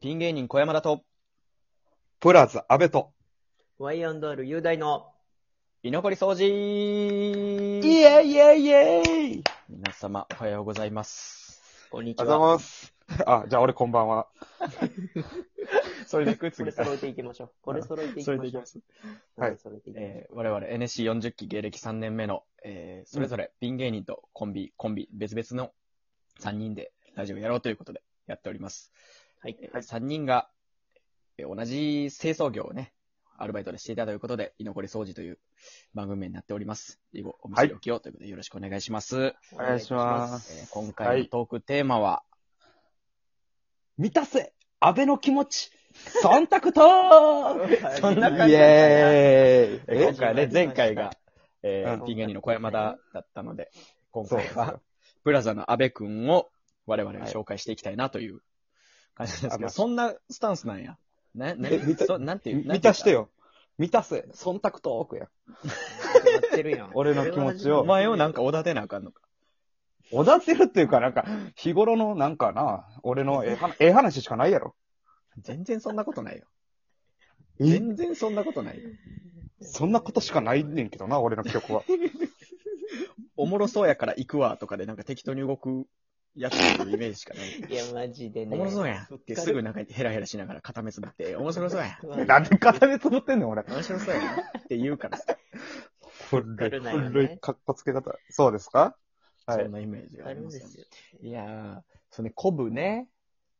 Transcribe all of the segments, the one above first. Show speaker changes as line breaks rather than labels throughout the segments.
ピン芸人小山田と、
プラザ、安倍と。
Y&R 雄大の、
居残り掃除
エイエイエイ
皆様、おはようございます。
こんにち
ありがとうご
は。
ざいます。あ、じゃあ俺こんばんは。それで食いつ
こ
ぎ
れ
た。
揃えていきま しょう。これ揃えていき
それ
ま
でい
し
き
ょう
ま。す。
こ
はい
れ揃えていきましょう。
えー我々 NSC40 期芸歴3年目の、えーそれぞれピン芸人とコンビ、コンビ、別々の3人でラジオやろうということでやっております。
はい。
3人が、えー同じ清掃業をね、アルバイトでしていたということで、居残り掃除という番組名になっております。以後、お見せおきをということでよろしくお願いします。
お願いしま
えー
す。
今回のトークテーマは、
満たせ安倍の気持 ち忖度トーク
はい
そんな感じ
イエーイ
え今回ね、前回が、え
う
ー、
ん
ピン芸人の小山田だったので、今
そう
回は、プラザの安部くんを我々が紹介していきたいなという感じなんです
あ
け
ま
ど、
あ
そんなスタンスなんや。な、な
え満、た
そなんていう、
満たして
よ。
よ。満たせ。忖度トークや。
始まってるやん
俺の気持ち
お
を
前をなんか、おだてなあかんのか。
おだてるっていうか、なんか、日頃のなんかな、俺のええ 話ええ話しかないやろ。
全然そんなことないよ。
え
全然そんなことないよ。
そんなことしかないねんけどな、俺の曲は。
おもろそうやから行くわとかでなんか適当に動くやつっていうイメージしかない。
いや、マジでね。
おもろそうやんってすぐなんかヘラヘラしながら固めつぶって、面白そうやん。
なんで片目つぶってんねん、俺。
面白そうやなって言うからさ、
古
る
い、
なよね
古い、かっこつけ方。そうですかは
そ
い
ん。なイメージがあ
あ
り
るん
ま
です
よ
す
ね。
よ。
いやー、それね、コブね。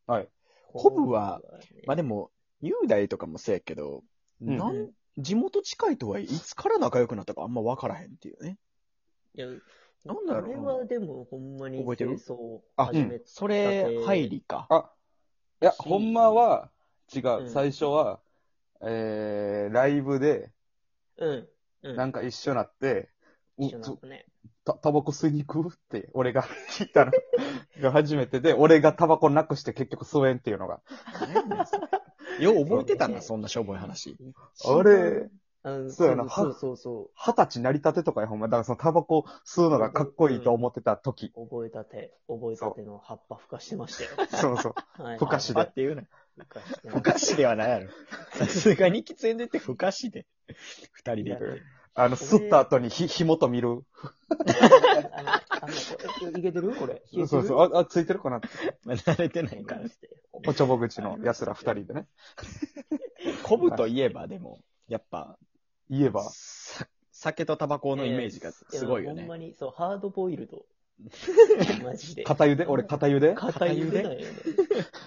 はい。
コブは、まあで
も、
も、雄大とかもそうやけど、
うん
な
うんん
地元近いとはいえいつから仲良くなったかあんま分からへんっていうね。
いや、
なんだろう
俺はでも、ほんまに、
覚えてる
そう。
あ
初めて
それ、入り か。
あ、いや、
し
ほんまは、違う。
うん
最初は、えー、ライブで、
うん。うん。
なんか一緒なって、う
一緒な
ち
ん
ょ
かね。
た、タバコ吸いに行くって、俺が 聞いたのが初めてで、俺がタバコなくして結局吸えんっていうのが。
何やねんそれよう覚えてた
そ
な、
うね
そんなしょぼい話。
あれ、
うん
そうやな
そうそうそ
二十歳なりたてとかや、ほんま。だからそのタバコ吸うのがかっこいいと思ってた時。
う。覚えたて、覚えたての葉っぱ孵化してましたよ。
そう そう。
はい
孵化し
あ
で
っていうな。
孵化して
不
ました
可視ではないやろ。さすがに喫煙でって不可視で。二人
い
で
や。
あの、吸った後にひ、紐と見る。
あの、あの、これいけてるこれ。
そうそう。あ、あ、ついてるかな
まあ慣れてな
う
い から。
おちょぼ口の奴ら二人でね。
コブといえば、でも、やっぱ、
言えば。
さ酒とタバコのイメージがすごいよ
ほ
ね
ん。まに、そう、ハードボイルド。マジで。
片茹で俺片茹で
片茹でないよね。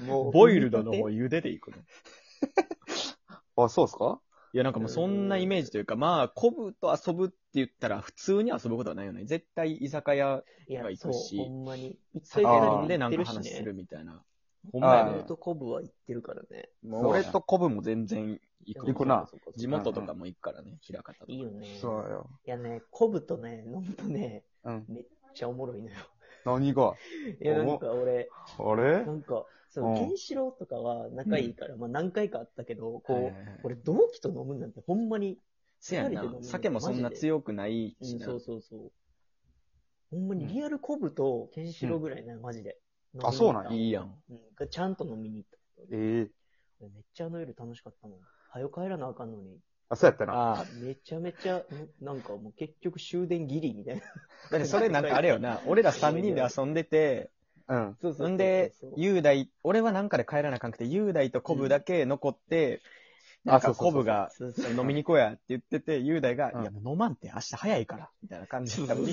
もう
ボイルドの方茹でていくの。
あ、そうですか
いや、なんかもうそんなイメージというか、まあ、コブと遊ぶって言ったら普通に遊ぶことはないよね。絶対居酒屋、
いや
は、行
そ
く
う、
し
ほんまに。一
酒
回
飲んで
で
な
なんん
か
か
話
話
す
す
る
る。
みたいな。ほんまや
前
ね
のとコブは行ってるからね。
もう俺とコブも全然行く。
行くな。
地元とかも行くからね、平方とか
いいよね。
そうよ。
いやね、コブとね、飲むとね、
うん。
めっちゃおもろいのよ。
何が
いや、なんか俺、
あ れ
なんか、そうの、
ん
ケンシロウとかは仲いいから、まあ何回かあったけど、
はい
こ、
はいはいう
俺同期と飲むなんてほんまに、
せや
二人
な
で飲む。の
酒もそんな強くない
うん
しな。
そうそうそう。ほんまにリアルコブとケンシロウぐらいな、マジで。
あそうなんや
いいやん。
うん。ちゃんと飲みに行った。
ええ
めっちゃあの夜楽しかったもん。はよ帰らなあかんのに。
あ、そうやったな。
ああ。
めちゃめちゃ、んなんかもう結局終電ギリみたいな。
だってそれなんかあれよな。俺ら3人で遊んでて、
うん。
そう
そんで、雄大、俺はなんかで帰らなあかんくて、雄大とコブだけ残って、
うん
なん
あそ
か
うそう
コ
そ
ブ
う
が
そうそう
飲みに行こうやって言ってて、雄大が、
うん
いや、飲まんって明日早いから、みたいな感じだったのに、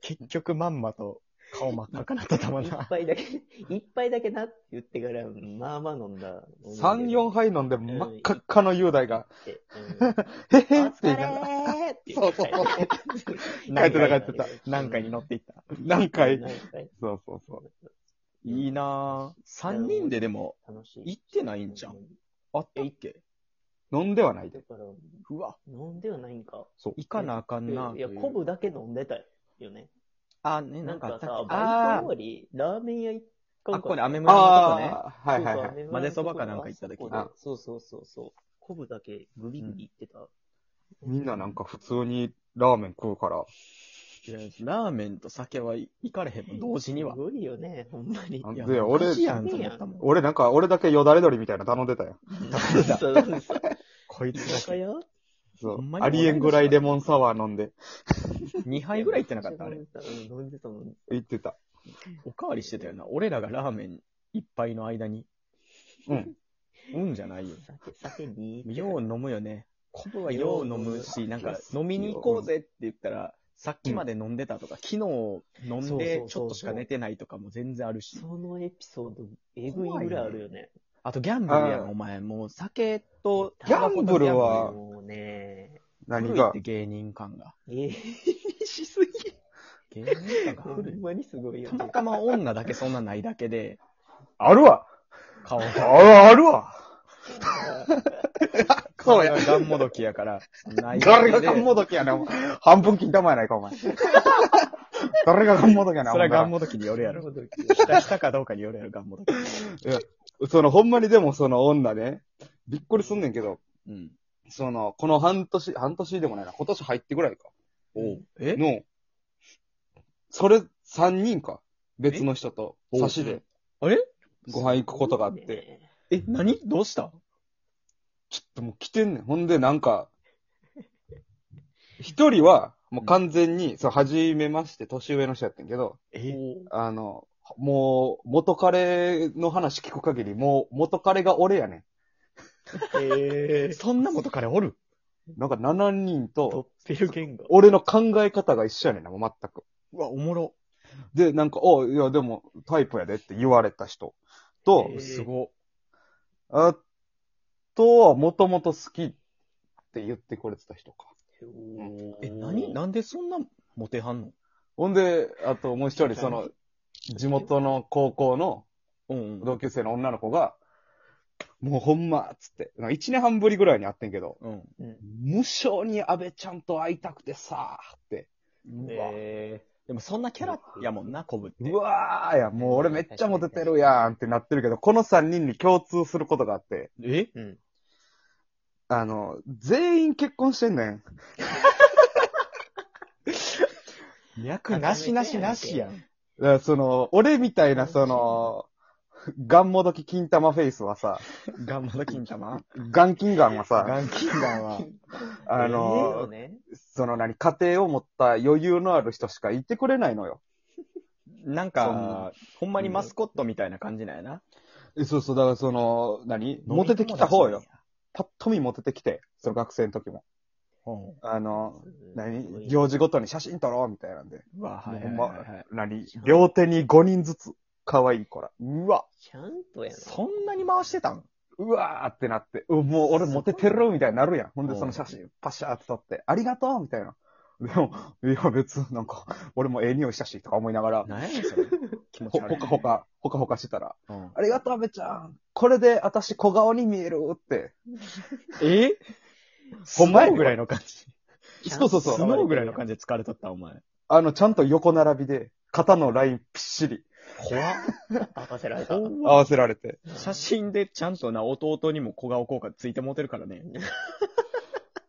結局まんまと顔真っ赤かなったたま
一
な。
杯だけ、一杯だけなって言ってから、まあまあ飲んだ。
三四杯飲んで真っ赤っかの雄大が、
って。うん
へへ
お
って言い
疲れ
ながら、
ーって
そうそう そ
帰って
う
た帰
ってた
何回に乗っていった。
何回。
何回
そうそうそう。
いいなぁ。3人ででも、
楽しい。
行ってないんじゃん。あったっけ
飲んではないで。
だから、
うわ、
飲んではないんか。
そう。
行かなあかんなぁと
い
い
や、
う。
コブだけ飲んでたよね。
あ、ね、な
なんん
かあ
か
った
さ
っ、け
バイ
あ
ト終わり、ラーメン屋行った
ー、あっこね、アメ村のとこね。
ああ、はいはいはい。
混ぜそばかなんか行った時
そう
な
そうそうそうそう。コブだけグビグビ行ってた。
みんななんか普通にラーメン食うから、
いやラーメンと酒はい行かれへんもん、同時には
す。ごいよね、ほんまに。
あ
いや、
で俺
マジやんと思ったもん。
俺なんか、俺だけよだれ鶏みたいなの頼んでたよ。
そうそうそう。
こいつ
居酒 屋
そ
ほんま
う。
に
ありえんぐらいレモンサワー飲んで、
2杯ぐらい行ってなかった、あれ。
飲んでたもん。
行ってた。
おかわりしてたよな。俺らがラーメン一杯の間に。
うん。
うんじゃないよ。
酒、酒に。
よう飲むよね。コブはよう飲むし、なんか飲みに行こうぜって言ったら、さっきまで飲んでたとか、昨日飲ん
そ
で
うそうそうそう
ちょっとしか寝てないとかも全然あるし。
そのエピソード、えぐいぐらいあるよね。
あとギャンブルや
あー
ん、お前。もう酒と、
ギャンブルは
もうね、
古
何
いっ
が
て。芸人感が。
芸人しすぎ。
芸人感が
ほ
古い
ん。まにすごいよ
たま
ね。
たま女だけそんなないだけで、
あるわ
顔
あ
が。
るあるわ
顔
そう
が
や。
ガンもどきやから、ないだ
誰
け
が
で。
ガンモドキやねん。お前半分金玉やないか、お 前。誰がガンモドキやねん、
それはガン
モ
もどきによるやろ。
なるほど
下したかどうかによるやろ、ガンもどき。
その、ほんまにでもその女ね、びっくりすんねんけど、
うん。
その、この半年、半年でもないな、今年入ってぐらいか。
おうえ
の、それ3人か。別の人と、
え
差しで
あれ
ご飯行くことがあって。。
え、何どうした
ちょっともう来てんねん。ほんでなんか、一人は、もう完全に、そう、初めまして、年上の人やってんけど、
え
あの、もう、元彼の話聞く限り、もう、元彼が俺やね
えー、
そんなこと彼おる
ん。なんか7人
トッ
と、
ペルゲンガー。
俺の考え方が一緒やねんな、もう全く。
うわ、おもろ。
で、なんか、おいや、でも、タイプやでって言われた人と、
えー
すご。
あとは、もともと好きって言ってくれてた人か。
え、何なんでそんなモテはんの
ほんで、あともう一人、その、地元の高校の
うんうん。
同級生の女の子が、もうほんま、つって、なんか一年半ぶりぐらいに会ってんけど、
うん。
無性に安倍ちゃんと会いたくてさーって。
うわでもそんなキャラやもんな、コブって
う。わーや、もう俺めっちゃモテてるやんってなってるけど、この三人に共通することがあって、
え
うん。
あの、全員結婚してんねん。
脈なしなしなしやん。
だからその、俺みたいな、その、ガンもどき金玉フェイスはさ、
ガンマの金玉
ガンキンガンはさ、
ガン金玉は。
あ
ええよ
の、
ね
その何、家庭を持った余裕のある人しか言ってくれないのよ。
なん
そんな
か、ほんまにマスコットみたいな感じなんやな。
えそうそう、だからその、何モテてきた方よ。。ぱっと見モテてきて、その学生の時も。
うん。
あの、
すごい
何行事ごとに写真撮ろうみたいなんで。
うわ、はいはい
ほん
は
ま
いはい。
何両手に5人ずつ。可愛い子ら。うわ、
ちゃんとやな。
そんなに回してたん
うわーってなって、うもう俺モテてるみたいになるやん。ほんでその写真パシャーって撮って、ありがとうみたいな。でも、いや別になんか、俺もええ匂いしたしとか思いながら、
何やねん、それ。気持ち
ほ
悪
ほ
い
か。ほか、ほかほかしてたら、
うん
ありがとう、安部ちゃん。これで私小顔に見えるって。
え
ほんまや
スノー
ね
ぐらいの感じ。
ちゃん
そう
と
そうそう。
スノーぐらいの感じで疲れとった、お前。
あの、ちゃんと横並びで、肩のラインぴっしり
怖っ。
合わせられた。
合わせられて。
写真でちゃんとな、弟にも小顔効果ついてもうてるから ね。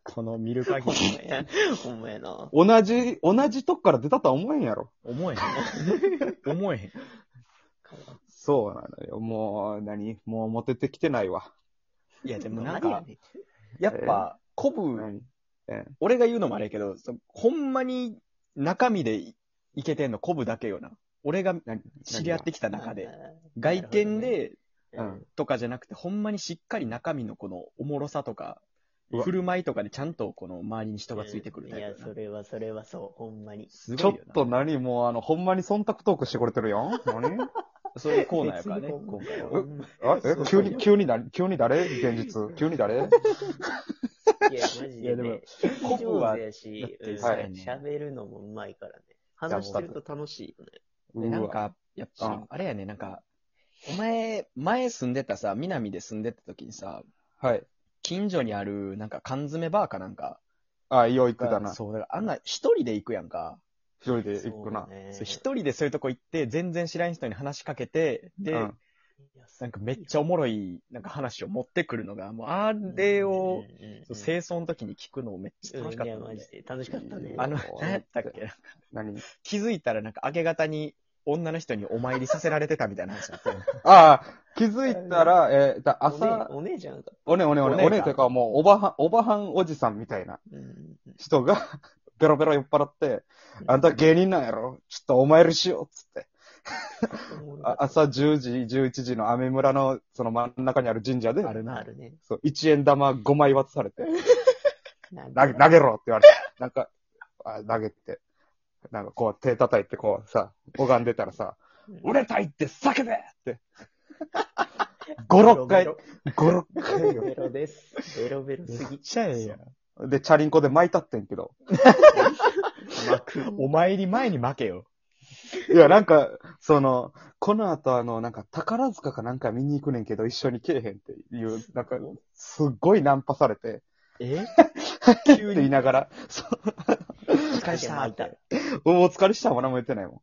この見る限
ほん
り、
まや。ほんまやな。
同じ、同じとこから出たとは思えんやろ。
思えへん。思えへん。
そうなのよ。もう、何もうモテてきてないわ。
いや、でもなん
何や
か、
ねん
やっぱ、コブ、
何
俺が言うのもあれやけど、そほんまに中身でいいけてんのコブだけよな。俺が
何
知り合ってきた中で。。
なる
外
ほどね
見で
う
うんん。
とかじゃなくて、ほんまにしっかり中身のこのおもろさとか、
うわ
振る舞いとかでちゃんとこの周りに人がついてくるタ
い
イ
や、
プや
そ
な。
れは、それはそう。ほんまに。
す
ちょ
ごい
っ
よな。
と何もうあの、ほんまに忖度トークしてくれてるやん何
そういうコーナーやからね、
別にほん
今回は。
ほんま
あえ
そう
急に、急にな、急に誰現実。急に誰
いや、マジ
いや
で
でも
ね。聞き上手
だ
や
っ
してうん
さ
喋るのもうまいからね。話してると楽しいよね。
で、
う
なん
わ。
か、やっぱ、あれやね、なんか、お前、前住んでたさ、南で住んでた時にさ、
はい。
近所にある、なんか缶詰バーかなんか、
あ、いよ行くだな。
そう、だからあんな一人で行くやんか。
一人で行くな
そう。ね
そう一人でそういうとこ行って、全然知らん人に話しかけて、で、
うん
なんかめっちゃおもろい、なんか話を持ってくるのが、もうあれを、、そう
正
清掃の時に聞くのめっちゃ楽しかったの
マジ
で。
で楽しかったね。
あの、
うん
何やったっけな
何
気づいたらなんか明け方に女の人にお参りさせられてたみたいな話だったよね。
ああ、気づいたら、えー、だ朝、
お姉お姉ちゃんだった。
おねおねお
お
ね、
姉
おねというかもう、おばはん、おばはんおじさんみたいな
うん
人が、 ベロベロ酔っ払って、あんた芸人なんやろちょっとお参りしようっつって。あ朝10時、11時の雨村のその真ん中にある神社で、
ある
あ
な。
るね。
そう、1円玉5枚渡されて、
なん
投げ、投げろって言われて、なんか、あ投げて、なんかこう手叩いてこうさ、拝んでたらさ、売れたいって叫べ って。5、6回、5、6
ベロ
回
ベロです。ベロベロす
めっ
ぎ。
ちゃええやん。
よ。で、チャリンコで巻いたってんけど。
お参り前に負けよ。
いや、なんか、その、この後あの、なんか宝塚かなんか見に行くねんけど、一緒に来えへんっていう、なんか、すっごいナンパされて、
え
って言いながら、そう
お疲れしたっ
いた
て。
お疲れしたも何も言ってないもん。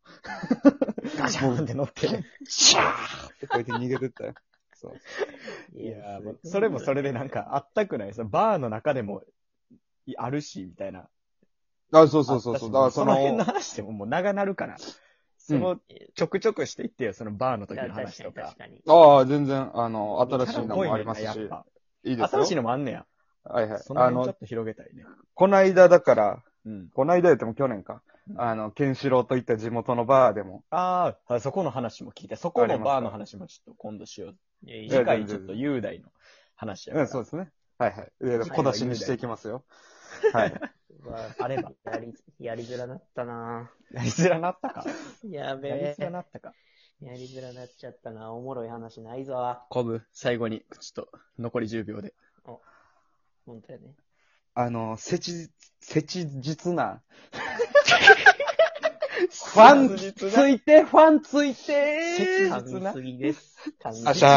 ガシャンって乗ってね。
シャーってこうやって逃げてったよ。そう。
いやーもうそれもそれでなんかあったくないそのバーの中でもいあるし、みたいな。
あ、そうそうそうそう。だ
あった
から
し
そ
その辺
の
の、話でももう長なるから。その、ちょくちょくしていってよ、そのバーの時の話とか
確。かに。
ああ、全然、あの、新しいのもあります
やっ
し。
ぱ
いいですよ。
新しいのもあんねや。
はいはい
そ。の
あ
辺ちょ
の
っ、と広げたいね。
こないだだから、
うん。
こないだ言っても去年か
う。ん
あの、ケンシロウといった地元のバーでも。
あーあ、そこの話も聞いて、そこのバーの話もちょっと今度しよう。次
いや全
回
然
ちょっと雄大の話やから。
う ん、そうですね。はいはい。で
はい
小出しにしていきますよ。はい。
あれば。
やり、やりづらなったな
やりづらなったか。
やべ
やり
え
づ。らなったか。
やりづらなっちゃったなおもろい話ないぞ。
コブ、最後に、ちょっと、残り10秒で。
本当やね。
あの、切、切実な。ファン
切
つ
実ない
て、ファンついて
切実な
噛みすぎです。噛みすぎ
あしゃ